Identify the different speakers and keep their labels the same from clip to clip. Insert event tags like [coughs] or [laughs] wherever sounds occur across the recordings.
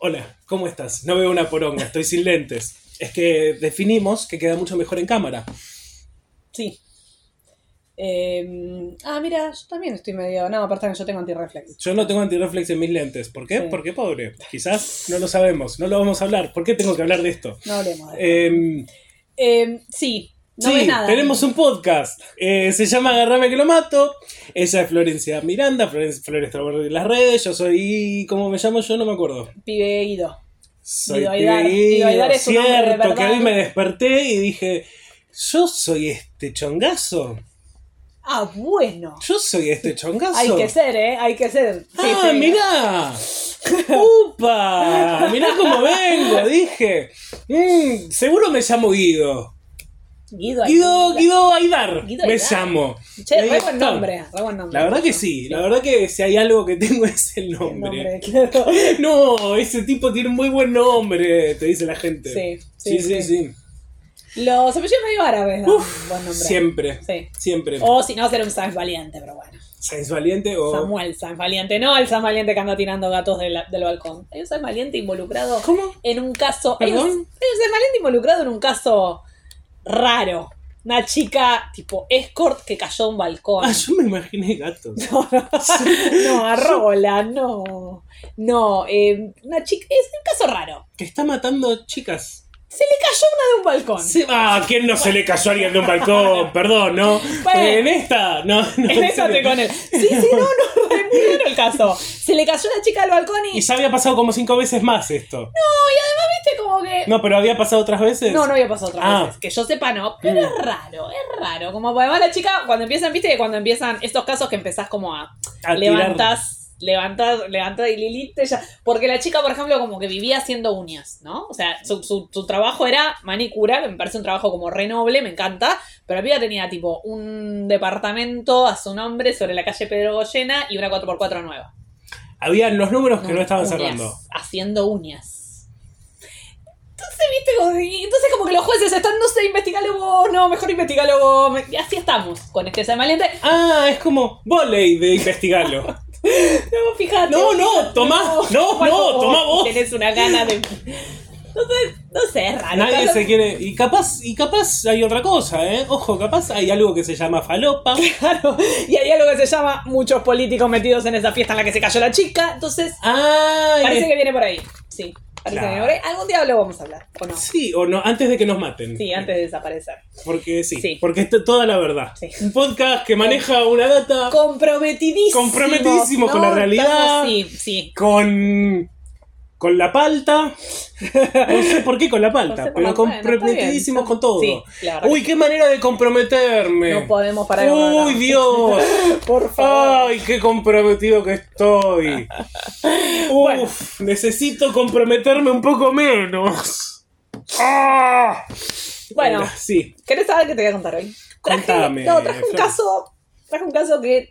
Speaker 1: Hola, ¿cómo estás? No veo una poronga, estoy sin lentes. Es que definimos que queda mucho mejor en cámara.
Speaker 2: Sí. Eh, ah, mira, yo también estoy medio. No, aparte que yo tengo antirreflex.
Speaker 1: Yo no tengo antirreflex en mis lentes. ¿Por qué?
Speaker 2: Sí.
Speaker 1: Porque pobre. Quizás no lo sabemos, no lo vamos a hablar. ¿Por qué tengo que hablar de esto?
Speaker 2: No hablemos de
Speaker 1: Em,
Speaker 2: Eh, sí, no
Speaker 1: sí,
Speaker 2: ves nada.
Speaker 1: tenemos un podcast. Eh, se llama Agarrame que lo mato. Ella es Florencia Miranda, Florencia Flores Trabajo de las redes. Yo soy. ¿Cómo me llamo yo? No me acuerdo.
Speaker 2: Pibe Guido.
Speaker 1: Soy
Speaker 2: Guido Aidar.
Speaker 1: Pibe
Speaker 2: Guido Aidar
Speaker 1: Guido,
Speaker 2: es un hombre de
Speaker 1: cierto, que
Speaker 2: verdad.
Speaker 1: hoy me desperté y dije. Yo soy este chongazo.
Speaker 2: Ah, bueno.
Speaker 1: Yo soy este chongazo.
Speaker 2: Hay que ser, ¿eh? Hay que ser. Sí,
Speaker 1: ¡Ah,
Speaker 2: sí.
Speaker 1: mirá!
Speaker 2: [laughs]
Speaker 1: ¡Upa! Mirá cómo vengo, dije. Mm, seguro me llamo Guido.
Speaker 2: Guido,
Speaker 1: Guido,
Speaker 2: Aidar.
Speaker 1: Guido Aidar.
Speaker 2: Guido
Speaker 1: me
Speaker 2: Aidar.
Speaker 1: llamo.
Speaker 2: Che,
Speaker 1: Y
Speaker 2: re
Speaker 1: ahí está.
Speaker 2: buen nombre, re buen nombre.
Speaker 1: La verdad que sí, la verdad que si hay algo que tengo [laughs] es el
Speaker 2: El
Speaker 1: nombre.
Speaker 2: nombre, claro.
Speaker 1: No, ese tipo tiene un muy buen nombre, te dice la gente.
Speaker 2: Sí,
Speaker 1: sí,
Speaker 2: sí,
Speaker 1: sí.
Speaker 2: sí.
Speaker 1: sí.
Speaker 2: Los apellidos medio árabes dan
Speaker 1: Uf,
Speaker 2: buen nombre.
Speaker 1: Siempre,
Speaker 2: Sí. Oh.
Speaker 1: siempre.
Speaker 2: O si no, ser un Sans Valiente, pero bueno.
Speaker 1: Sáenz Valiente o...
Speaker 2: Samuel Sans Valiente, no el Sans Valiente que anda tirando gatos de la- del balcón. Hay un Sans Valiente involucrado
Speaker 1: ¿Cómo?
Speaker 2: en un caso. Hay un, hay
Speaker 1: ¿Perdón?
Speaker 2: un San Valiente involucrado en un caso raro. Una chica tipo escort que cayó de un balcón.
Speaker 1: Ah, yo me imaginé gatos.
Speaker 2: [laughs] No, no, no, arrola, no. No, eh, una chica. Es un caso raro.
Speaker 1: [laughs] Que está matando chicas.
Speaker 2: Se le cayó una de un balcón.
Speaker 1: Sí, ah, ¿a ¿quién no se le cayó a alguien de un balcón? Perdón, ¿no?
Speaker 2: Bueno.
Speaker 1: en esta, no. no,
Speaker 2: [laughs] En
Speaker 1: en
Speaker 2: esa
Speaker 1: serio.
Speaker 2: te con él. Sí, sí,
Speaker 1: [laughs]
Speaker 2: no, no, es muy raro el caso. Se le cayó una chica del balcón y.
Speaker 1: Y ya había pasado como cinco veces más esto.
Speaker 2: viste como que.
Speaker 1: No, pero había pasado otras veces.
Speaker 2: No, no había pasado otra
Speaker 1: Ah. Mm.
Speaker 2: vez. Que yo sepa, no. Pero es raro, es raro. Como además la chica, cuando empiezan, viste que cuando empiezan estos casos que empezás como a.
Speaker 1: A tirar.
Speaker 2: levantás, levantás, levantás y Lilith ya. Porque la chica, por ejemplo, como que vivía haciendo uñas, ¿no? O sea, su, su- su trabajo era manicura, que me parece un trabajo como re noble, me encanta. Pero la piba tenía tipo un departamento a su nombre sobre la calle Pedro Goyena y una 4x4 nueva.
Speaker 1: Había los números que no,
Speaker 2: No,
Speaker 1: estaban
Speaker 2: uñas,
Speaker 1: cerrando.
Speaker 2: Haciendo uñas. Entonces, viste, como- y entonces como que los jueces están, no sé, investigalo vos, no, mejor investigalo vos. Y así estamos con este San Valiente.
Speaker 1: Ah, es como voley de
Speaker 2: [laughs]
Speaker 1: investigarlo.
Speaker 2: No, fíjate.
Speaker 1: No, no,
Speaker 2: fíjate,
Speaker 1: tomá, no,
Speaker 2: [laughs] Bueno,
Speaker 1: no, tomá vos.
Speaker 2: Tenés una gana de... Entonces, no sé, es raro.
Speaker 1: Nadie
Speaker 2: Capaz-
Speaker 1: se quiere. Y capaz, y capaz hay otra cosa, ¿eh? Ojo, capaz hay algo que se llama
Speaker 2: [laughs]
Speaker 1: falopa.
Speaker 2: Claro. Y hay algo que se llama muchos políticos metidos en esa fiesta en la que se cayó la chica. Entonces,
Speaker 1: Ah,
Speaker 2: parece que viene por ahí. Sí,
Speaker 1: Claro.
Speaker 2: parece que viene por ahí. Algún día lo vamos a hablar, ¿o no?
Speaker 1: Sí, o no, antes de que nos maten.
Speaker 2: Sí, antes de desaparecer.
Speaker 1: Porque sí,
Speaker 2: Sí.
Speaker 1: porque esto es toda la verdad.
Speaker 2: Sí.
Speaker 1: Un podcast que maneja una data.
Speaker 2: comprometidísimo.
Speaker 1: Comprometidísimo con la realidad.
Speaker 2: Sí, sí.
Speaker 1: con con la palta. [laughs] No sé por qué con la
Speaker 2: No
Speaker 1: palta,
Speaker 2: sé por
Speaker 1: pero
Speaker 2: la- bueno, está
Speaker 1: comprometidísimos
Speaker 2: bien.
Speaker 1: con todo.
Speaker 2: Sí, la verdad
Speaker 1: Uy, qué manera de comprometerme.
Speaker 2: No podemos parar.
Speaker 1: Uy,
Speaker 2: no, no.
Speaker 1: Dios.
Speaker 2: [laughs] Por favor.
Speaker 1: Ay, qué comprometido que estoy. Uf,
Speaker 2: [laughs] Bueno.
Speaker 1: necesito comprometerme un poco menos. Ah.
Speaker 2: Bueno,
Speaker 1: sí.
Speaker 2: ¿querés saber qué te voy a contar hoy? Traje-
Speaker 1: Contame,
Speaker 2: no, traje un
Speaker 1: Flor.
Speaker 2: caso. Traje un caso que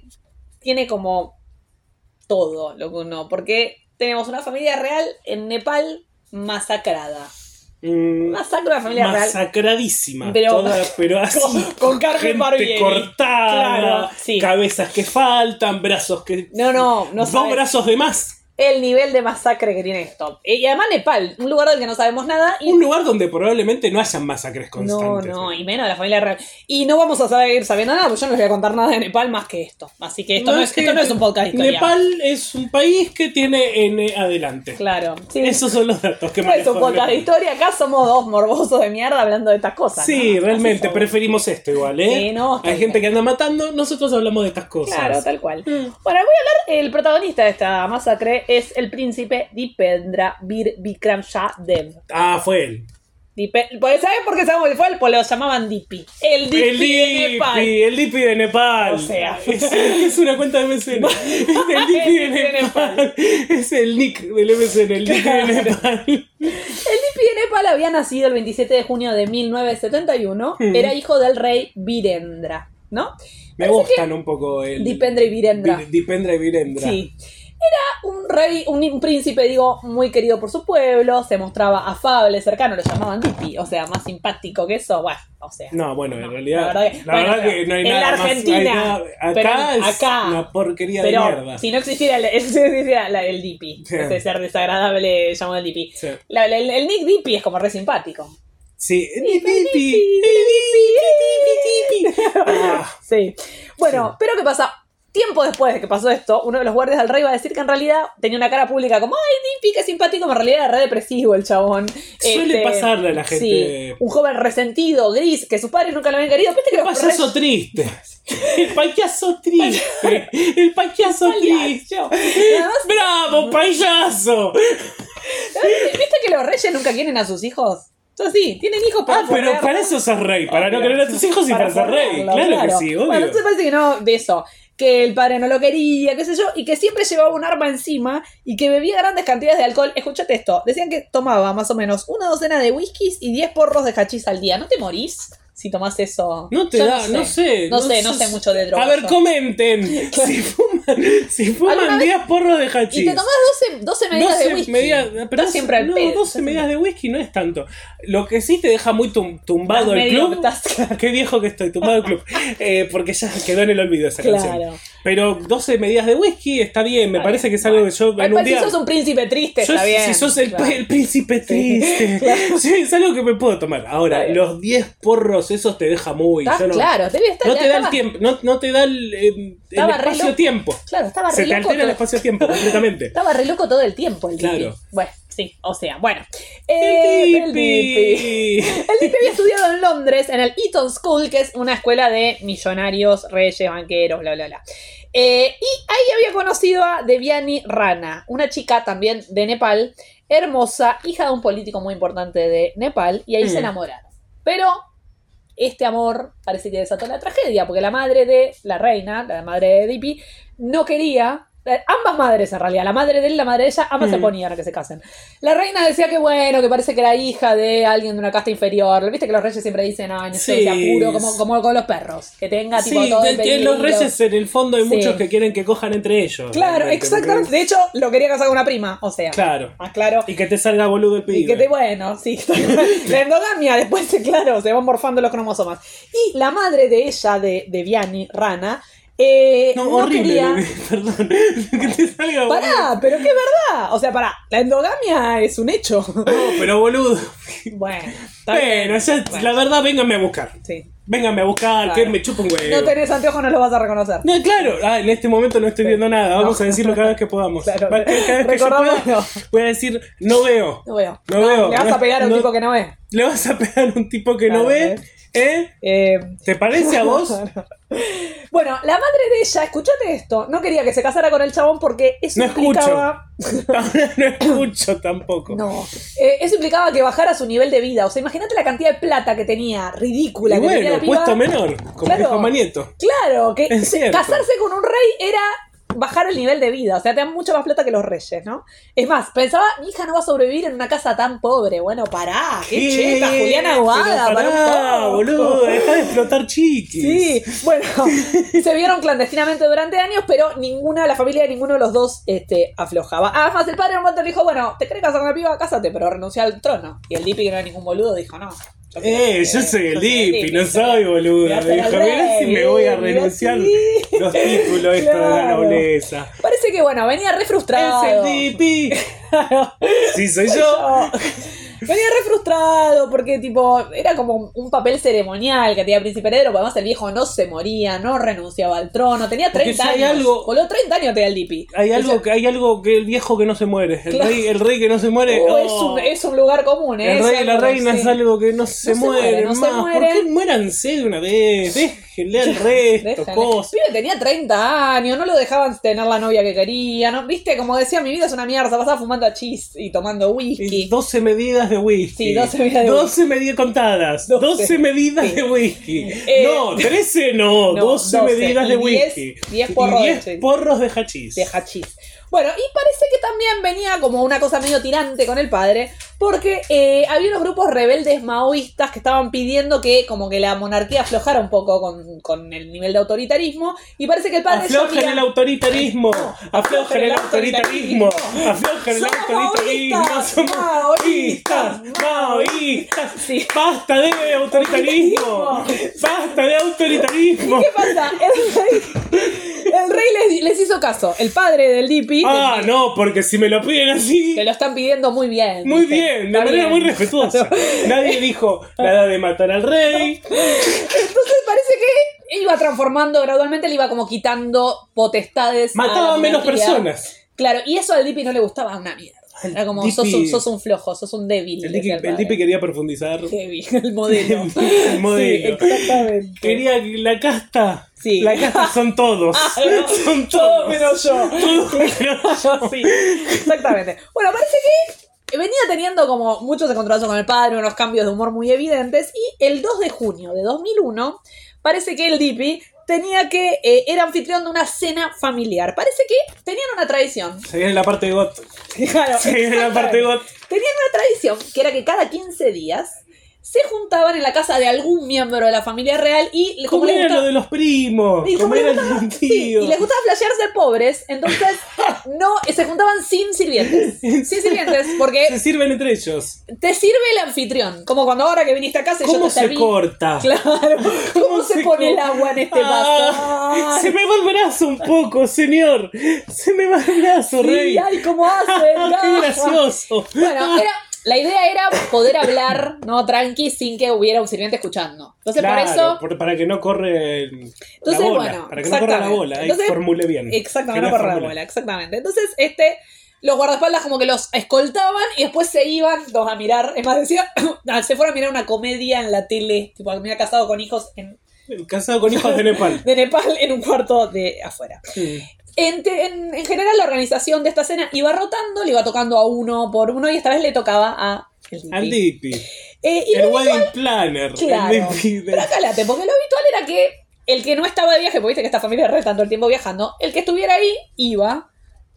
Speaker 2: tiene como todo lo que uno. Porque tenemos una familia real en Nepal masacrada.
Speaker 1: Mm,
Speaker 2: Masacra una familia real.
Speaker 1: masacradísima.
Speaker 2: Pero-
Speaker 1: toda-
Speaker 2: [laughs]
Speaker 1: pero así,
Speaker 2: Con, con Carmen
Speaker 1: gente
Speaker 2: Barbieri.
Speaker 1: cortada,
Speaker 2: Claro, sí.
Speaker 1: cabezas que faltan, brazos que.
Speaker 2: No, no, no
Speaker 1: Dos
Speaker 2: sabes.
Speaker 1: brazos de más.
Speaker 2: El nivel de masacre que tiene esto. Eh, Y además Nepal, un lugar del que no sabemos nada. Y
Speaker 1: Un lugar donde probablemente no hayan masacres constantes.
Speaker 2: No, no, y menos de la familia real. Y no vamos a saber sabiendo nada, porque yo no les voy a contar nada de Nepal más que esto. Así que esto no, es,
Speaker 1: que-
Speaker 2: esto no es un podcast de historia.
Speaker 1: Nepal es un país que tiene N adelante.
Speaker 2: Claro. Sí,
Speaker 1: Esos son los datos que
Speaker 2: no es un
Speaker 1: manejo de
Speaker 2: podcast de
Speaker 1: Nepal.
Speaker 2: historia. Acá somos dos morbosos de mierda hablando de estas cosas.
Speaker 1: Sí,
Speaker 2: ¿no? Así
Speaker 1: realmente,
Speaker 2: somos.
Speaker 1: preferimos esto igual, ¿eh?
Speaker 2: Sí, no, está
Speaker 1: Hay gente
Speaker 2: bien.
Speaker 1: que anda matando, nosotros hablamos de estas cosas.
Speaker 2: Claro, tal cual. Bueno, voy a hablar, el protagonista de esta masacre es el príncipe Dipendra Bir Bikram Shah Dev.
Speaker 1: Ah, fue él.
Speaker 2: Dipe- porque ¿Saben por qué sabemos que fue él? Pues lo llamaban Dipi. El Dipi,
Speaker 1: El
Speaker 2: de Nepal.
Speaker 1: Dipi, el Dipi de Nepal.
Speaker 2: O sea.
Speaker 1: [laughs] es, es una cuenta de
Speaker 2: [laughs]
Speaker 1: MSN. Es el Dipi de
Speaker 2: El Dipi de
Speaker 1: Nepal. Es el nick del MSN, el Dipi de Nepal.
Speaker 2: El Dipi de Nepal había nacido el 27 de junio de 1971.
Speaker 1: Mm.
Speaker 2: Era hijo del rey Virendra, ¿no?
Speaker 1: Me gustan un poco el.
Speaker 2: Dipendra y Virendra.
Speaker 1: Vir- Dipendra y Virendra.
Speaker 2: Sí. un rey, un, un príncipe, digo, muy querido por su pueblo, se mostraba afable, cercano, lo llamaban Dipi, o sea, más simpático que eso, bueno, o sea.
Speaker 1: No, bueno, en
Speaker 2: No,
Speaker 1: realidad.
Speaker 2: la verdad que-
Speaker 1: La verdad
Speaker 2: bueno,
Speaker 1: que no hay
Speaker 2: en
Speaker 1: nada.
Speaker 2: la
Speaker 1: más- hay
Speaker 2: Argentina,
Speaker 1: nada- acá
Speaker 2: pero
Speaker 1: es
Speaker 2: acá-
Speaker 1: una porquería de
Speaker 2: Pero
Speaker 1: mierda.
Speaker 2: si no existiera el, [laughs] si no existiera la- el Dipi,
Speaker 1: Sí.
Speaker 2: ese ser desagradable llamado el Dipi.
Speaker 1: Sí.
Speaker 2: La- la- el, el Nick Dipi es como re simpático.
Speaker 1: Sí.
Speaker 2: [laughs]
Speaker 1: Ah,
Speaker 2: Sí. Bueno, pero ¿qué pasa? Tiempo después de que pasó esto, uno de los guardias del rey va a decir que en realidad tenía una cara pública como, ay, Dipi, qué simpático, pero en realidad era re depresivo el chabón.
Speaker 1: Suele
Speaker 2: Este,
Speaker 1: pasarle a la
Speaker 2: Sí,
Speaker 1: gente.
Speaker 2: un joven resentido, gris, que sus padres nunca lo habían querido. ¿Viste que [laughs]
Speaker 1: El
Speaker 2: los re-
Speaker 1: payaso
Speaker 2: [laughs]
Speaker 1: triste. El payaso triste. El payaso [laughs] triste.
Speaker 2: Y además,
Speaker 1: ¡Bravo, payaso!
Speaker 2: ¿Viste que los reyes nunca quieren a sus hijos? Entonces sí, tienen hijos para
Speaker 1: Ah, pero
Speaker 2: forrear-
Speaker 1: para eso sos rey. Para no
Speaker 2: Obvio.
Speaker 1: querer a tus hijos y para ser rey.
Speaker 2: forrarlo,
Speaker 1: Claro que sí,
Speaker 2: Bueno,
Speaker 1: obvio.
Speaker 2: entonces parece que no, de eso. Que el padre no lo quería, qué sé yo, y que siempre llevaba un arma encima y que bebía grandes cantidades de alcohol. Escuchate esto: decían que tomaba más o menos una docena de whiskies y 10 porros de hachís al día. ¿No te morís si tomás eso?
Speaker 1: No te
Speaker 2: Yo
Speaker 1: da, no sé.
Speaker 2: No sé, no sé mucho de drogas.
Speaker 1: A ver,
Speaker 2: yo. [laughs]
Speaker 1: comenten. [laughs] Si fuman, si fuman
Speaker 2: ¿Alguna vez-
Speaker 1: 10 porros de hachís.
Speaker 2: Y te tomás 12, 12 medidas de
Speaker 1: 12
Speaker 2: whisky.
Speaker 1: medidas, pero
Speaker 2: Estás
Speaker 1: no-
Speaker 2: siempre al
Speaker 1: no,
Speaker 2: pedo,
Speaker 1: 12
Speaker 2: estás
Speaker 1: medidas de whisky no es tanto. Lo que sí te deja muy tum- tumbado el
Speaker 2: Estás medio-
Speaker 1: club.
Speaker 2: estás-
Speaker 1: [laughs] Qué viejo que estoy, tumbado
Speaker 2: [laughs]
Speaker 1: el club. Eh, porque ya quedó en el olvido esa canción.
Speaker 2: Claro.
Speaker 1: Pero 12 medidas de whisky está bien, me
Speaker 2: Está
Speaker 1: parece
Speaker 2: bien,
Speaker 1: que
Speaker 2: pues,
Speaker 1: es algo que yo en un
Speaker 2: si
Speaker 1: día.
Speaker 2: sos un príncipe triste,
Speaker 1: yo,
Speaker 2: está bien.
Speaker 1: si sos el,
Speaker 2: claro.
Speaker 1: el príncipe
Speaker 2: [laughs]
Speaker 1: triste, Sí, es algo que me puedo tomar. Ahora,
Speaker 2: Está bien.
Speaker 1: los 10 porros, esos te deja muy.
Speaker 2: Estás-
Speaker 1: yo no-
Speaker 2: Ah, claro, debe estar.
Speaker 1: no te da el
Speaker 2: estaba-
Speaker 1: tiempo, no, no te da el, eh, el
Speaker 2: Estaba re
Speaker 1: espacio-tiempo.
Speaker 2: Claro, estaba re
Speaker 1: Se te
Speaker 2: loco
Speaker 1: altera el
Speaker 2: todo- [laughs]
Speaker 1: espacio-tiempo completamente.
Speaker 2: Estaba re loco todo el tiempo el
Speaker 1: Claro.
Speaker 2: Dipi. Bueno, sí, o sea, bueno. Eh,
Speaker 1: El
Speaker 2: el Dipi.
Speaker 1: tipi.
Speaker 2: El Dipi había estudiado en Londres, en el Eton School, que es una escuela de millonarios, reyes, banqueros, bla, bla, bla. Eh, y ahí había conocido a Deviani Rana, una chica también de Nepal, hermosa, hija de un político muy importante de Nepal, y ahí
Speaker 1: Mm.
Speaker 2: se enamoraron. Pero este amor parece que desató la tragedia, porque la madre de la reina, la madre de Dipi, no quería. eh, Ambas madres, en realidad, la madre de él y la madre de ella, ambas se
Speaker 1: Mm.
Speaker 2: oponían a que se casen. La reina decía que bueno, que parece que era hija de alguien de una casta inferior. Viste que los reyes siempre dicen, ay, no sé,
Speaker 1: Sí.
Speaker 2: sea puro, como, como con los perros. Que tenga
Speaker 1: Sí,
Speaker 2: tipo todo el
Speaker 1: de- de los
Speaker 2: peligro.
Speaker 1: reyes en el fondo hay
Speaker 2: Sí.
Speaker 1: muchos que quieren que cojan entre ellos.
Speaker 2: Claro,
Speaker 1: realmente,
Speaker 2: exactamente. De hecho, lo quería casar con una prima, o sea.
Speaker 1: porque- Claro.
Speaker 2: Más claro.
Speaker 1: Y que te salga boludo el pibe.
Speaker 2: Y que te, bueno, sí. [laughs] la endogamia, después, [laughs] claro, se van morfando los cromosomas. Y la madre de ella, de, de Viani, Rana, eh,
Speaker 1: No,
Speaker 2: no,
Speaker 1: horrible,
Speaker 2: quería...
Speaker 1: lo que- [laughs] perdón. que te salga boludo.
Speaker 2: Pará, pero que es verdad. O sea, pará, la endogamia es un hecho.
Speaker 1: No,
Speaker 2: [laughs]
Speaker 1: pero boludo.
Speaker 2: Bueno, está bien.
Speaker 1: Bueno, ya-
Speaker 2: Bueno,
Speaker 1: la verdad, vénganme a buscar.
Speaker 2: sí.
Speaker 1: Vénganme a buscar,
Speaker 2: Claro.
Speaker 1: que me chupa un huevo.
Speaker 2: No tenés anteojos, no lo vas a reconocer.
Speaker 1: No, claro, ah, en este momento no estoy viendo nada. Vamos
Speaker 2: No.
Speaker 1: a decirlo cada vez que podamos.
Speaker 2: Claro.
Speaker 1: Va- Cada, vez que yo
Speaker 2: Recordámoslo.
Speaker 1: pueda, voy a decir, no veo.
Speaker 2: No veo.
Speaker 1: No veo.
Speaker 2: Le vas a pegar a un
Speaker 1: No-
Speaker 2: tipo que no ve.
Speaker 1: Le vas a pegar a un tipo que
Speaker 2: Claro,
Speaker 1: no ve. ¿Eh?
Speaker 2: Eh,
Speaker 1: ¿Te parece
Speaker 2: [laughs]
Speaker 1: a vos?
Speaker 2: bueno, la madre de ella, escúchate esto, no quería que se casara con el chabón porque eso
Speaker 1: No escucho.
Speaker 2: implicaba.
Speaker 1: [laughs] Ahora no escucho tampoco.
Speaker 2: No. Eh, eso implicaba que bajara su nivel de vida. O sea, imagínate la cantidad de plata que tenía, ridícula,
Speaker 1: Y
Speaker 2: que tenía la
Speaker 1: bueno,
Speaker 2: piba.
Speaker 1: puesto menor, como
Speaker 2: Claro.
Speaker 1: dijo Manieto.
Speaker 2: Claro, que
Speaker 1: Es
Speaker 2: se-
Speaker 1: cierto.
Speaker 2: casarse con un rey era bajar el nivel de vida. O sea, te dan mucha más plata que los reyes, ¿no? Es más, pensaba, mi hija no va a sobrevivir en una casa tan pobre. Bueno, pará, qué, cheta, Juliana Aguada,
Speaker 1: Pero
Speaker 2: pará un
Speaker 1: pará,
Speaker 2: poco.
Speaker 1: boludo, deja de explotar chiquis.
Speaker 2: Sí,
Speaker 1: [laughs]
Speaker 2: bueno, se vieron clandestinamente durante años, pero ninguna, la familia de ninguno de los dos este, aflojaba. Además, el padre en un momento le dijo, bueno, ¿te querés casar con la piba? Cásate, pero renuncia al trono. Y el Dipi, que no era ningún boludo, dijo, no. yo quiero
Speaker 1: Eh,
Speaker 2: que-
Speaker 1: yo soy el Dipi, no
Speaker 2: soy-
Speaker 1: soy boludo.
Speaker 2: Mirá,
Speaker 1: Dijo,
Speaker 2: soy el
Speaker 1: mirá si
Speaker 2: rey,
Speaker 1: me voy a
Speaker 2: mirá
Speaker 1: renunciar
Speaker 2: si".
Speaker 1: los títulos esto de la
Speaker 2: Claro.
Speaker 1: nobleza.
Speaker 2: Parece que, bueno, venía re
Speaker 1: Es
Speaker 2: frustrado.
Speaker 1: el Dipi. Sí, soy yo.
Speaker 2: Yo Oh. [laughs] venía re frustrado porque, tipo, era como un papel ceremonial que tenía Príncipe Heredero, porque además el viejo no se moría, no renunciaba al trono, tenía
Speaker 1: Porque
Speaker 2: 30
Speaker 1: si hay
Speaker 2: años.
Speaker 1: algo-
Speaker 2: Coló 30 años tenía el Dipi.
Speaker 1: Hay
Speaker 2: O sea,
Speaker 1: algo, que, hay algo que el viejo que no se muere. El,
Speaker 2: Claro.
Speaker 1: rey, el rey que no se muere.
Speaker 2: Oh,
Speaker 1: no.
Speaker 2: es, un, es un lugar común, ¿eh?
Speaker 1: El
Speaker 2: Es
Speaker 1: rey y la
Speaker 2: algo,
Speaker 1: reina
Speaker 2: sí.
Speaker 1: es algo que no se
Speaker 2: No se
Speaker 1: muere,
Speaker 2: muere, no se
Speaker 1: más.
Speaker 2: muere.
Speaker 1: ¿Por qué muéranse de una vez? Déjenle al resto,
Speaker 2: Déjenle.
Speaker 1: cosas.
Speaker 2: Pibe tenía 30 años, no lo dejaban tener la novia que quería, ¿no? Viste, como decía, mi vida es una mierda, pasaba fumando chis y tomando
Speaker 1: Y
Speaker 2: whisky.
Speaker 1: 12 medidas de whisky.
Speaker 2: Sí, 12 medidas de
Speaker 1: 12 medidas contadas. 12,
Speaker 2: 12.
Speaker 1: medidas de whisky.
Speaker 2: Eh,
Speaker 1: no, 13 no,
Speaker 2: no,
Speaker 1: 12,
Speaker 2: 12,
Speaker 1: medidas
Speaker 2: y
Speaker 1: de
Speaker 2: 10,
Speaker 1: whisky.
Speaker 2: 10
Speaker 1: Y
Speaker 2: porros de
Speaker 1: 10
Speaker 2: hachís.
Speaker 1: porros de hachís.
Speaker 2: de hachís. Bueno, y parece que también venía como una cosa medio tirante con el padre, Porque eh, había unos grupos rebeldes maoístas que estaban pidiendo que como que la monarquía aflojara un poco con, con el nivel de autoritarismo y parece que el padre...
Speaker 1: Aflojen
Speaker 2: Sofía-
Speaker 1: el autoritarismo, aflojen el
Speaker 2: el
Speaker 1: autoritarismo,
Speaker 2: autoritarismo.
Speaker 1: aflojen el
Speaker 2: Somos
Speaker 1: autoritarismo,
Speaker 2: maoístas,
Speaker 1: somos maoístas,
Speaker 2: maoístas,
Speaker 1: maoístas.
Speaker 2: Sí.
Speaker 1: Basta de autoritarismo, basta de autoritarismo.
Speaker 2: ¿Qué pasa? El rey, el rey les, les hizo caso. El padre del Dipi
Speaker 1: Ah, no, porque si me lo piden así,
Speaker 2: te lo están pidiendo muy bien.
Speaker 1: muy
Speaker 2: dice.
Speaker 1: bien, de
Speaker 2: Está
Speaker 1: manera
Speaker 2: bien.
Speaker 1: muy respetuosa. Nadie dijo nada de matar al rey.
Speaker 2: [laughs] Ah, Entonces parece que iba transformando gradualmente, le iba como quitando potestades. a la
Speaker 1: Mataba menos
Speaker 2: monarquía.
Speaker 1: personas.
Speaker 2: Claro, y eso al Dipi no le gustaba una mierda. Era como,
Speaker 1: Dipi-
Speaker 2: sos un, sos un flojo, sos un débil.
Speaker 1: El Dipi,
Speaker 2: decía
Speaker 1: el
Speaker 2: padre. [laughs]
Speaker 1: Dipi quería profundizar
Speaker 2: Débil, el modelo.
Speaker 1: [laughs] el modelo.
Speaker 2: Sí, exactamente. [laughs]
Speaker 1: Quería que la casta.
Speaker 2: Sí.
Speaker 1: La casta son todos.
Speaker 2: [laughs] Ah, no.
Speaker 1: Son
Speaker 2: Todo
Speaker 1: todos.
Speaker 2: menos yo.
Speaker 1: Todos menos-
Speaker 2: Ah, Sí, exactamente. Bueno, parece que venía teniendo como muchos encontronazos con el padre, unos cambios de humor muy evidentes, y el 2 de junio de 2001 parece que el Dipi tenía que, eh, era anfitrión de una cena familiar. Parece que tenían una tradición. [laughs]
Speaker 1: Se viene la parte got.
Speaker 2: Claro,
Speaker 1: Se viene la parte got.
Speaker 2: Tenían una tradición que era que cada 15 días se juntaban en la casa de algún miembro de la familia real y como
Speaker 1: Como
Speaker 2: les
Speaker 1: era
Speaker 2: gustaba-
Speaker 1: lo de los primos.
Speaker 2: y
Speaker 1: Como
Speaker 2: como les
Speaker 1: era el tío.
Speaker 2: gustaba- sí, y les gustaba flashearse pobres,
Speaker 1: [laughs]
Speaker 2: entonces no se juntaban sin sirvientes. Sin sirvientes,
Speaker 1: Se
Speaker 2: porque
Speaker 1: sirven entre ellos.
Speaker 2: te sirve el anfitrión. Como cuando ahora que viniste a casa y yo
Speaker 1: ¿Cómo
Speaker 2: te
Speaker 1: se
Speaker 2: serví.
Speaker 1: corta?
Speaker 2: Claro. ¿Cómo, se,
Speaker 1: se
Speaker 2: pone
Speaker 1: co-
Speaker 2: el agua en este
Speaker 1: Ah,
Speaker 2: vaso?
Speaker 1: se me va el brazo un poco, señor. Se me va el brazo,
Speaker 2: Ay,
Speaker 1: rey.
Speaker 2: sí, ay, cómo hacen.
Speaker 1: [laughs] ¡Qué
Speaker 2: no.
Speaker 1: gracioso!
Speaker 2: Bueno, era- la idea era poder hablar, ¿no? Tranqui, sin que hubiera un sirviente escuchando. Entonces,
Speaker 1: Claro,
Speaker 2: por eso.
Speaker 1: por- para que no corre la
Speaker 2: Entonces,
Speaker 1: bola.
Speaker 2: bueno,
Speaker 1: para que no corra la
Speaker 2: exactamente.
Speaker 1: bola. Ahí
Speaker 2: Entonces,
Speaker 1: formule bien.
Speaker 2: Exactamente,
Speaker 1: Que
Speaker 2: no
Speaker 1: no
Speaker 2: por la
Speaker 1: formule.
Speaker 2: bola, exactamente. Entonces, este, los guardaespaldas como que los escoltaban y después se iban dos a mirar. Es más, decía, [coughs] se fueron a mirar una comedia en la tele, tipo, mira casado con hijos en-
Speaker 1: El casado con hijos de
Speaker 2: [laughs]
Speaker 1: Nepal.
Speaker 2: de Nepal en un cuarto de afuera. En, te- en- en general, la organización de esta cena iba rotando, le iba tocando a uno por uno y esta vez le tocaba a. El Dipi.
Speaker 1: Al Dipi.
Speaker 2: Eh, y
Speaker 1: El
Speaker 2: lo
Speaker 1: wedding planner. [laughs]
Speaker 2: Claro.
Speaker 1: El Dipi de-
Speaker 2: Pero acálate, porque lo habitual era que el que no estaba de viaje, porque viste que esta familia re tanto el tiempo viajando, el que estuviera ahí iba.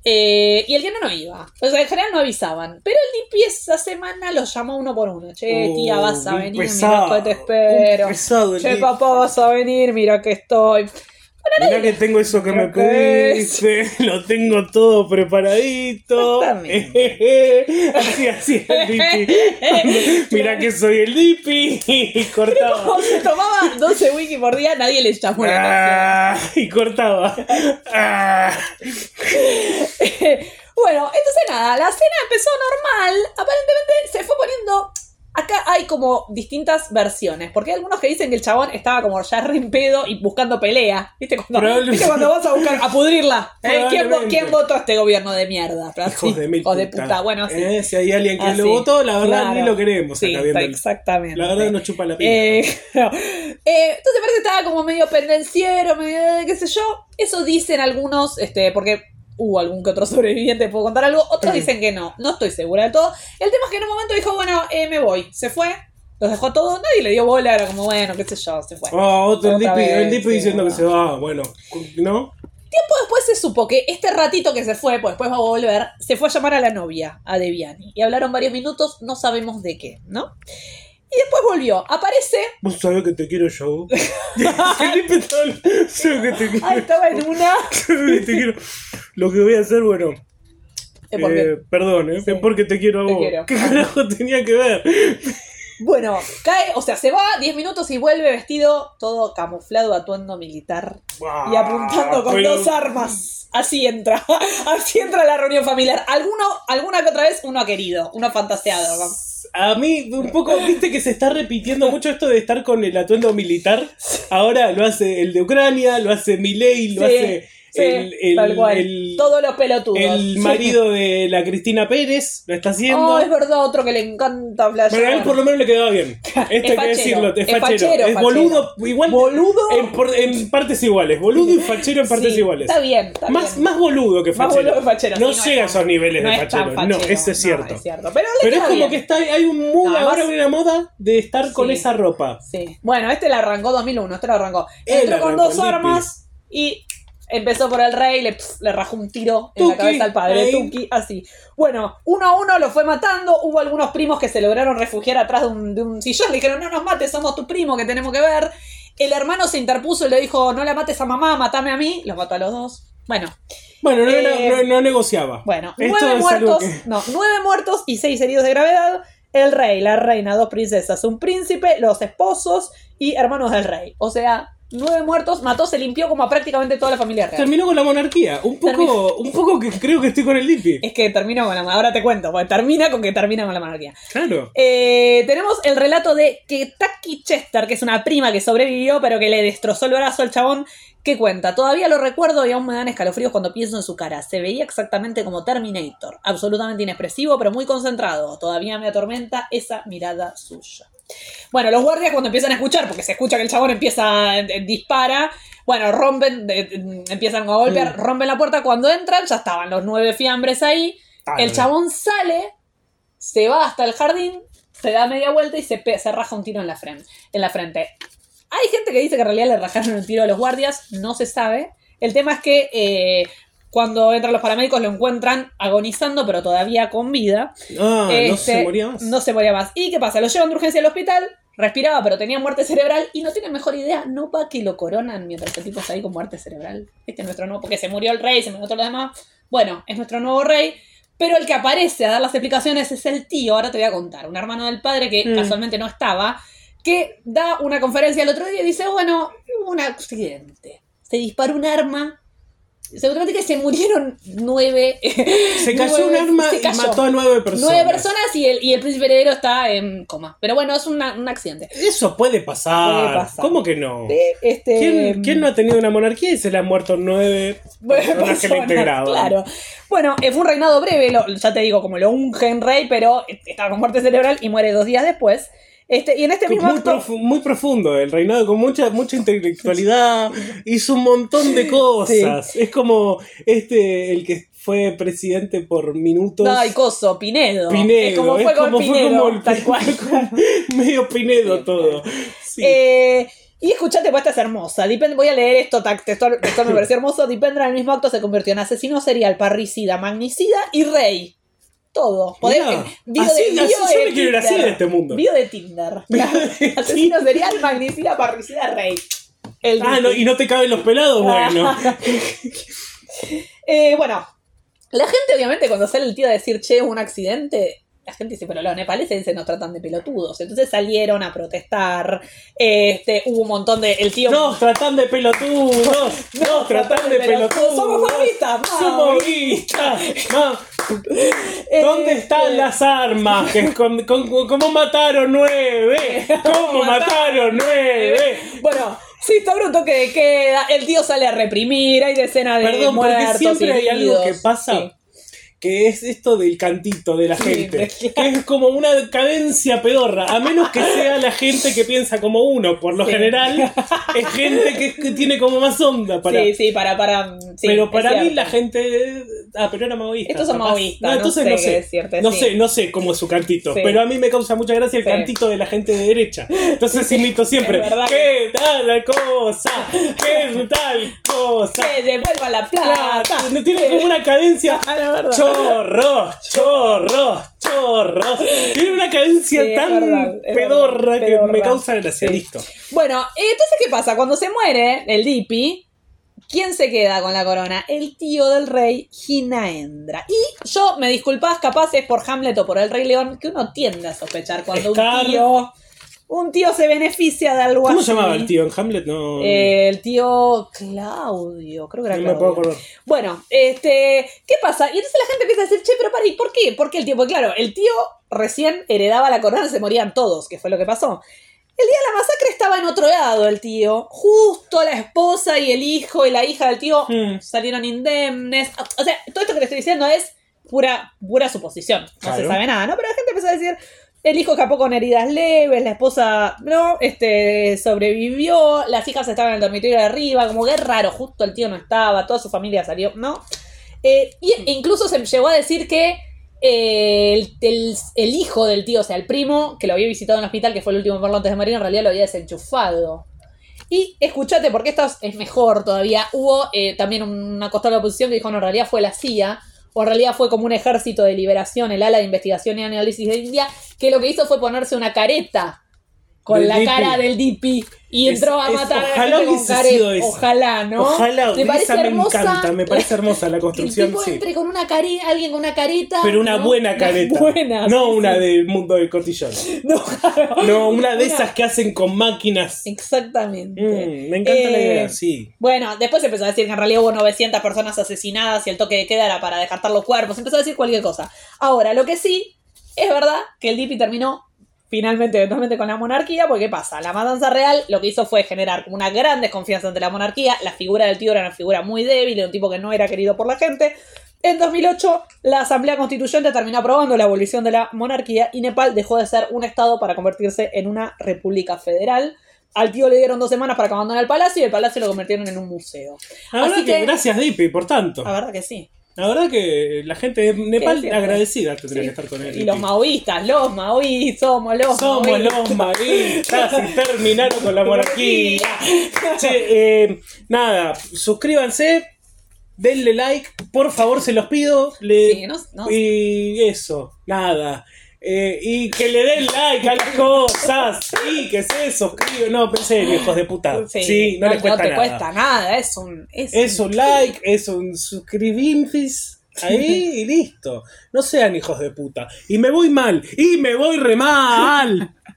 Speaker 2: eh, y el que no, no iba. O sea, en general no avisaban. Pero el Dipi esa semana los llamó uno por uno. Che,
Speaker 1: Oh,
Speaker 2: eh, tía, vas a
Speaker 1: un
Speaker 2: venir,
Speaker 1: pesado,
Speaker 2: mira que te
Speaker 1: un
Speaker 2: espero.
Speaker 1: pesado el
Speaker 2: Che,
Speaker 1: Dipi.
Speaker 2: papá, vas a venir, mira
Speaker 1: [laughs]
Speaker 2: que estoy. [laughs]
Speaker 1: Mirá que tengo eso que me
Speaker 2: Creo que
Speaker 1: pediste, [laughs] lo tengo todo preparadito.
Speaker 2: Exactamente.
Speaker 1: [laughs] así, así el Dipi.
Speaker 2: [laughs]
Speaker 1: Mirá que soy el Dipi. [laughs] Y cortaba.
Speaker 2: Como se tomaba 12 wiki por día, nadie les llamó la
Speaker 1: Ah,
Speaker 2: atención. [laughs]
Speaker 1: y cortaba. Ah.
Speaker 2: [laughs] bueno, entonces nada, la cena empezó normal. Aparentemente se fue poniendo. Acá hay como distintas versiones, porque hay algunos que dicen que el chabón estaba como ya re en pedo y buscando pelea. ¿Viste cuando,
Speaker 1: Probablemente.
Speaker 2: ¿viste cuando vas a buscar a pudrirla?
Speaker 1: [laughs]
Speaker 2: ¿Eh? ¿Quién, vo-
Speaker 1: Probablemente.
Speaker 2: quién votó a este gobierno de mierda?
Speaker 1: Hijos de mil
Speaker 2: Hijos de puta. Bueno, sí.
Speaker 1: Eh, Si hay alguien que
Speaker 2: Así.
Speaker 1: lo votó, la verdad
Speaker 2: Claro.
Speaker 1: ni lo queremos
Speaker 2: Sí,
Speaker 1: acá viendo el-
Speaker 2: exactamente.
Speaker 1: La verdad nos chupa la pinta.
Speaker 2: Eh, [laughs] claro. Eh, entonces parece que estaba como medio pendenciero, medio eh, qué sé yo. Eso dicen algunos, este, porque hubo algún que otro [laughs] sobreviviente, puedo contar algo. Otros dicen que no, no estoy segura de todo. El tema es que en un momento dijo, bueno, eh, me voy. Se fue, los dejó todos, nadie le dio bola, era como, bueno, qué sé yo, se fue.
Speaker 1: Ah, otro el
Speaker 2: Otra
Speaker 1: Dipi, el
Speaker 2: vez,
Speaker 1: Dipi
Speaker 2: sí,
Speaker 1: diciendo que
Speaker 2: bueno.
Speaker 1: se va, bueno, ¿no?
Speaker 2: Tiempo después se supo que este ratito que se fue, pues después va a volver, se fue a llamar a la novia, a Deviani. Y hablaron varios minutos, no sabemos de qué, ¿no? Y después volvió. Aparece
Speaker 1: Vos sabés que te quiero
Speaker 2: [laughs]
Speaker 1: yo. El Dipi estaba- sabés que te quiero.
Speaker 2: Ay, estaba en una.
Speaker 1: sabés que te quiero. Lo que voy a hacer, bueno,
Speaker 2: Eh, por bien.
Speaker 1: eh, perdón, eh,
Speaker 2: Sí.
Speaker 1: es porque te quiero a
Speaker 2: Te
Speaker 1: vos.
Speaker 2: quiero.
Speaker 1: ¿Qué carajo tenía que ver?
Speaker 2: Bueno, cae, o sea, se va 10 minutos y vuelve vestido todo camuflado, atuendo militar y apuntando con
Speaker 1: Ah, Pero-
Speaker 2: dos armas. Así entra, [laughs] así entra la reunión familiar. Alguno, alguna que otra vez uno ha querido, uno ha fantaseado. ¿no?
Speaker 1: A mí, un poco, viste que se está repitiendo mucho esto de estar con el atuendo militar. Ahora lo hace el de Ucrania, lo hace Milei, lo
Speaker 2: Sí,
Speaker 1: hace
Speaker 2: Sí,
Speaker 1: el, el-
Speaker 2: tal cual.
Speaker 1: el-
Speaker 2: Todos los pelotudos.
Speaker 1: el
Speaker 2: Sí.
Speaker 1: marido de la Cristina Pérez, lo está haciendo.
Speaker 2: Oh, es verdad, otro que le encanta flashear.
Speaker 1: Pero a él por lo menos le quedaba
Speaker 2: [laughs]
Speaker 1: bien. Esto hay que
Speaker 2: fachero,
Speaker 1: decirlo, es
Speaker 2: es
Speaker 1: fachero. Es,
Speaker 2: fachero, fachero.
Speaker 1: boludo, igual.
Speaker 2: Boludo.
Speaker 1: En, por- en partes iguales, boludo y fachero en partes
Speaker 2: Sí,
Speaker 1: iguales.
Speaker 2: Está bien, está
Speaker 1: Más,
Speaker 2: bien.
Speaker 1: más boludo que fachero.
Speaker 2: Más boludo que fachero,
Speaker 1: No
Speaker 2: sí, no
Speaker 1: llega
Speaker 2: es
Speaker 1: a esos niveles de
Speaker 2: es tan
Speaker 1: fachero. No, eso es
Speaker 2: no,
Speaker 1: cierto.
Speaker 2: es cierto. Pero, le
Speaker 1: Pero es
Speaker 2: queda
Speaker 1: como
Speaker 2: bien.
Speaker 1: que está, hay un mood,
Speaker 2: No,
Speaker 1: ahora
Speaker 2: además-
Speaker 1: hay una moda de estar con
Speaker 2: Sí.
Speaker 1: esa ropa.
Speaker 2: Sí. Bueno, este lo arrancó 2001, este lo arrancó.
Speaker 1: Él
Speaker 2: Entró con
Speaker 1: arrancó
Speaker 2: dos
Speaker 1: el Lipi.
Speaker 2: armas y Empezó por el rey, le, pss, le rajó un tiro en la
Speaker 1: Tuki,
Speaker 2: cabeza al padre,
Speaker 1: ahí.
Speaker 2: Tuki, así. Bueno, uno a uno lo fue matando, hubo algunos primos que se lograron refugiar atrás de un, de un sillón, le dijeron, no nos mates, somos tu primo, que tenemos que ver. El hermano se interpuso y le dijo, no la mates a mamá, matame a mí, los mató a los dos. Bueno,
Speaker 1: Bueno, no,
Speaker 2: Eh,
Speaker 1: no- no- no negociaba.
Speaker 2: bueno,
Speaker 1: Esto
Speaker 2: nueve
Speaker 1: es
Speaker 2: muertos,
Speaker 1: algo que-
Speaker 2: no, nueve muertos y seis heridos de gravedad. El rey, la reina, dos princesas, un príncipe, los esposos y hermanos del rey. O sea, nueve muertos, mató, se limpió como a prácticamente toda la familia real.
Speaker 1: Terminó con la monarquía. Un
Speaker 2: Terminó. Eh,
Speaker 1: poco, un poco que creo que estoy con el Lipi.
Speaker 2: Es que termina con la Ahora te cuento, porque termina con que termina con la monarquía.
Speaker 1: Claro.
Speaker 2: Eh, tenemos el relato de Ketaki Chester, que es una prima que sobrevivió, pero que le destrozó el brazo al chabón. Que cuenta, todavía lo recuerdo y aún me dan escalofríos cuando pienso en su cara. Se veía exactamente como Terminator, absolutamente inexpresivo, pero muy concentrado. Todavía me atormenta esa mirada suya. Bueno, los guardias cuando empiezan a escuchar, porque se escucha que el chabón empieza, eh, dispara, bueno, rompen, eh, eh, empiezan a golpear,
Speaker 1: Mm.
Speaker 2: rompen la puerta. Cuando entran, ya estaban los nueve fiambres ahí.
Speaker 1: Tarde.
Speaker 2: El chabón sale, se va hasta el jardín, se da media vuelta y se, pe- se raja un tiro en la, frente, en la frente. Hay gente que dice que en realidad le rajaron un tiro a los guardias, no se sabe. El tema es que eh, cuando entran los paramédicos lo encuentran agonizando, pero todavía con vida.
Speaker 1: Ah, no
Speaker 2: Este,
Speaker 1: se moría más.
Speaker 2: No se moría más. ¿Y qué pasa? Lo llevan de urgencia al hospital, respiraba, pero tenía muerte cerebral y no tienen mejor idea, no va que lo coronan mientras el tipo está ahí con muerte cerebral. Este es nuestro nuevo, porque se murió el rey, se murió todos los demás. Bueno, es nuestro nuevo rey. Pero el que aparece a dar las explicaciones es el tío, ahora te voy a contar, un hermano del padre que
Speaker 1: Mm.
Speaker 2: casualmente no estaba, que da una conferencia el otro día y dice, bueno, hubo un accidente. Se disparó un arma. Seguramente que se murieron nueve. eh,
Speaker 1: se cayó
Speaker 2: nueve-
Speaker 1: un arma
Speaker 2: se
Speaker 1: y
Speaker 2: cayó.
Speaker 1: mató a nueve personas.
Speaker 2: Nueve personas y el, y el príncipe heredero está en coma. Pero bueno, es una- un accidente.
Speaker 1: Eso puede pasar.
Speaker 2: Puede pasar.
Speaker 1: ¿Cómo que no?
Speaker 2: Eh, Este,
Speaker 1: ¿Quién,
Speaker 2: [laughs]
Speaker 1: quién no ha tenido una monarquía y se le han muerto nueve
Speaker 2: Nueve
Speaker 1: personas que le
Speaker 2: personas,
Speaker 1: integraban?
Speaker 2: Claro. Bueno, eh, fue un reinado breve, lo- ya te digo, como lo ungen rey, pero estaba con muerte cerebral y muere dos días después. Este, y en este
Speaker 1: Muy,
Speaker 2: mismo acto.
Speaker 1: profu- muy profundo el reinado, con mucha, mucha
Speaker 2: [laughs]
Speaker 1: intelectualidad, hizo un montón de cosas. Es como este, el que fue presidente por minutos.
Speaker 2: Ay, coso, Pinedo.
Speaker 1: Pinedo,
Speaker 2: Es como fue
Speaker 1: es
Speaker 2: con
Speaker 1: como fue [laughs]
Speaker 2: Pinedo,
Speaker 1: como el-
Speaker 2: tal cual.
Speaker 1: medio Pinedo
Speaker 2: Sí,
Speaker 1: todo. Sí.
Speaker 2: Eh, y escuchate, pues esta es hermosa. Dipen- voy a leer esto,
Speaker 1: [laughs]
Speaker 2: tac, textual, textual me pareció hermoso. Dipendra en el mismo acto se convirtió en asesino serial, parricida, magnicida y rey. Todo. Podés-
Speaker 1: Mirá,
Speaker 2: vivo de-
Speaker 1: así,
Speaker 2: vivo
Speaker 1: así-
Speaker 2: de
Speaker 1: yo me quiero ir así
Speaker 2: Tinder.
Speaker 1: de este mundo.
Speaker 2: Vivo
Speaker 1: [laughs]
Speaker 2: de Tinder. [laughs] asesino serial, magnicida, parricida, rey. El
Speaker 1: Ah, no, y no te caben los pelados,
Speaker 2: Ah, [laughs]
Speaker 1: bueno.
Speaker 2: Eh, bueno, la gente obviamente cuando sale el tío a decir, che, hubo un accidente, la gente dice, pero los nepaleses se nos tratan de pelotudos. Entonces salieron a protestar, este, hubo un montón de... El tío...
Speaker 1: Nos tratan de
Speaker 2: [laughs]
Speaker 1: pelotudos, nos tratan de pelotudos.
Speaker 2: Somos fascistas, ma.
Speaker 1: Somos
Speaker 2: [laughs]
Speaker 1: vistas, ma. ¿Dónde
Speaker 2: Este,
Speaker 1: están las armas? Que con- con- con- ¿Cómo mataron
Speaker 2: [laughs]
Speaker 1: nueve? ¿Cómo mataron nueve?
Speaker 2: Bueno, sí, está un toque de queda, el tío sale a reprimir, hay decenas de
Speaker 1: Perdón, porque
Speaker 2: muertos
Speaker 1: siempre
Speaker 2: y
Speaker 1: hay algo que
Speaker 2: heridos.
Speaker 1: pasa.
Speaker 2: Sí.
Speaker 1: Que es esto del cantito de la
Speaker 2: Sí,
Speaker 1: gente.
Speaker 2: de-
Speaker 1: Que es como una cadencia pedorra. A menos que sea la gente que piensa como uno. Por lo
Speaker 2: Sí.
Speaker 1: general, es gente que, que tiene como más onda para.
Speaker 2: Sí, sí, para, para... sí,
Speaker 1: pero
Speaker 2: es
Speaker 1: para mí
Speaker 2: cierto.
Speaker 1: la gente. Ah, pero era maoísta.
Speaker 2: Estos son
Speaker 1: capaz.
Speaker 2: maoístas,
Speaker 1: No,
Speaker 2: no
Speaker 1: entonces
Speaker 2: sé
Speaker 1: no
Speaker 2: qué
Speaker 1: sé.
Speaker 2: decirte,
Speaker 1: no
Speaker 2: sí.
Speaker 1: sé, no sé cómo es su cantito.
Speaker 2: Sí.
Speaker 1: Pero a mí me causa mucha gracia el
Speaker 2: Sí.
Speaker 1: cantito de la gente de derecha. Entonces imito siempre.
Speaker 2: Es verdad
Speaker 1: ¿Qué tal la cosa? ¿Qué tal cosa?
Speaker 2: Que devuelva la plata.
Speaker 1: No tiene como una cadencia.
Speaker 2: Ah, [laughs] la verdad.
Speaker 1: Chorros, chorros, chorros. Tiene una cadencia
Speaker 2: Sí, es
Speaker 1: tan
Speaker 2: verdad, es
Speaker 1: pedorra
Speaker 2: verdad,
Speaker 1: que me
Speaker 2: pedorra.
Speaker 1: causa gracia.
Speaker 2: Sí.
Speaker 1: Listo.
Speaker 2: Bueno, entonces, ¿qué pasa? Cuando se muere el Dipi, ¿quién se queda con la corona? El tío del rey, Ginaendra. Y yo, me disculpás, capaz es por Hamlet o por el Rey León, que uno tiende a sospechar cuando
Speaker 1: Scar.
Speaker 2: un tío. Un tío se beneficia de algo
Speaker 1: ¿Cómo
Speaker 2: así.
Speaker 1: se llamaba el tío en Hamlet? No,
Speaker 2: Eh, el tío Claudio, creo que era
Speaker 1: no me
Speaker 2: Claudio.
Speaker 1: puedo acordar.
Speaker 2: Bueno, este, ¿qué pasa? Y entonces la gente empieza a decir, che, pero para, ¿y por qué? Porque el tío, porque claro, el tío recién heredaba la corona, se morían todos, que fue lo que pasó. El día de la masacre estaba en otro lado el tío. Justo la esposa y el hijo y la hija del tío
Speaker 1: Hmm.
Speaker 2: salieron indemnes. O sea, todo esto que te estoy diciendo es pura, pura suposición. No se
Speaker 1: Claro.
Speaker 2: sabe nada, ¿no? Pero la gente empezó a decir, el hijo escapó con heridas leves, la esposa, no, este, sobrevivió, las hijas estaban en el dormitorio de arriba, como que raro, justo el tío no estaba, toda su familia salió, ¿no? Eh, y, e incluso se llegó a decir que eh, el, el- el hijo del tío, o sea, el primo, que lo había visitado en el hospital, que fue el último en verlo antes de morir, en realidad lo había desenchufado. Y escuchate, porque esto es- es mejor todavía. Hubo eh, también una costada de la oposición que dijo, no, en realidad fue la CIA, o en realidad fue como un ejército de liberación, el ala de investigación y análisis de India, que lo que hizo fue ponerse una careta con
Speaker 1: Del
Speaker 2: la
Speaker 1: DP.
Speaker 2: cara del DP y
Speaker 1: Es-
Speaker 2: entró a
Speaker 1: es-
Speaker 2: matar a
Speaker 1: ojalá
Speaker 2: la gente con
Speaker 1: hubiese sido
Speaker 2: careta.
Speaker 1: eso.
Speaker 2: Ojalá, ¿no?
Speaker 1: Ojalá,
Speaker 2: Me parece
Speaker 1: esa me
Speaker 2: hermosa
Speaker 1: encanta, me parece hermosa la
Speaker 2: que [laughs] el
Speaker 1: construcción,
Speaker 2: tipo
Speaker 1: sí.
Speaker 2: entre con una careta, alguien con una careta.
Speaker 1: Pero una
Speaker 2: ¿no?
Speaker 1: buena
Speaker 2: [laughs] Una
Speaker 1: careta.
Speaker 2: buena,
Speaker 1: no
Speaker 2: sí,
Speaker 1: una
Speaker 2: sí.
Speaker 1: del mundo del cotillón.
Speaker 2: [laughs] No, claro.
Speaker 1: No, una de
Speaker 2: Una-
Speaker 1: esas que hacen con máquinas.
Speaker 2: Exactamente.
Speaker 1: Mm, me encanta la
Speaker 2: Eh,
Speaker 1: idea, sí.
Speaker 2: Bueno, después empezó a decir que en realidad hubo 900 personas asesinadas y el toque de queda era para descartar los cuerpos. Empezó a decir cualquier cosa. Ahora, lo que sí es verdad que el DP terminó finalmente, eventualmente con la monarquía, porque ¿qué pasa? La matanza real lo que hizo fue generar como una gran desconfianza entre la monarquía. La figura del tío era una figura muy débil, era un tipo que no era querido por la gente. En 2008, la Asamblea Constituyente terminó aprobando la abolición de la monarquía y Nepal dejó de ser un estado para convertirse en una república federal. Al tío le dieron dos semanas para que abandonara el palacio y el palacio lo convirtieron en un museo.
Speaker 1: La verdad
Speaker 2: así
Speaker 1: que,
Speaker 2: que-
Speaker 1: gracias, Dipi, por tanto.
Speaker 2: La verdad que sí.
Speaker 1: La verdad que la gente de Nepal
Speaker 2: siempre.
Speaker 1: agradecida tendría
Speaker 2: Sí.
Speaker 1: que estar con él.
Speaker 2: Y los maoístas, los maoís, somos los
Speaker 1: Somos
Speaker 2: maoís.
Speaker 1: los maristas y terminaron con la monarquía. Che, eh, nada, suscríbanse, denle like, por favor, se los pido. Le-
Speaker 2: Sí, no- no-
Speaker 1: Y eso, nada. Eh, y que le den like a las cosas. Y que se suscriban. No, pensé, viejos de puta. Sí, no, les cuesta
Speaker 2: te
Speaker 1: nada.
Speaker 2: cuesta nada, es un... Es,
Speaker 1: Es un like, es un suscribimfis. Ahí y listo. No sean hijos de puta. Y me voy mal. Y me voy re mal.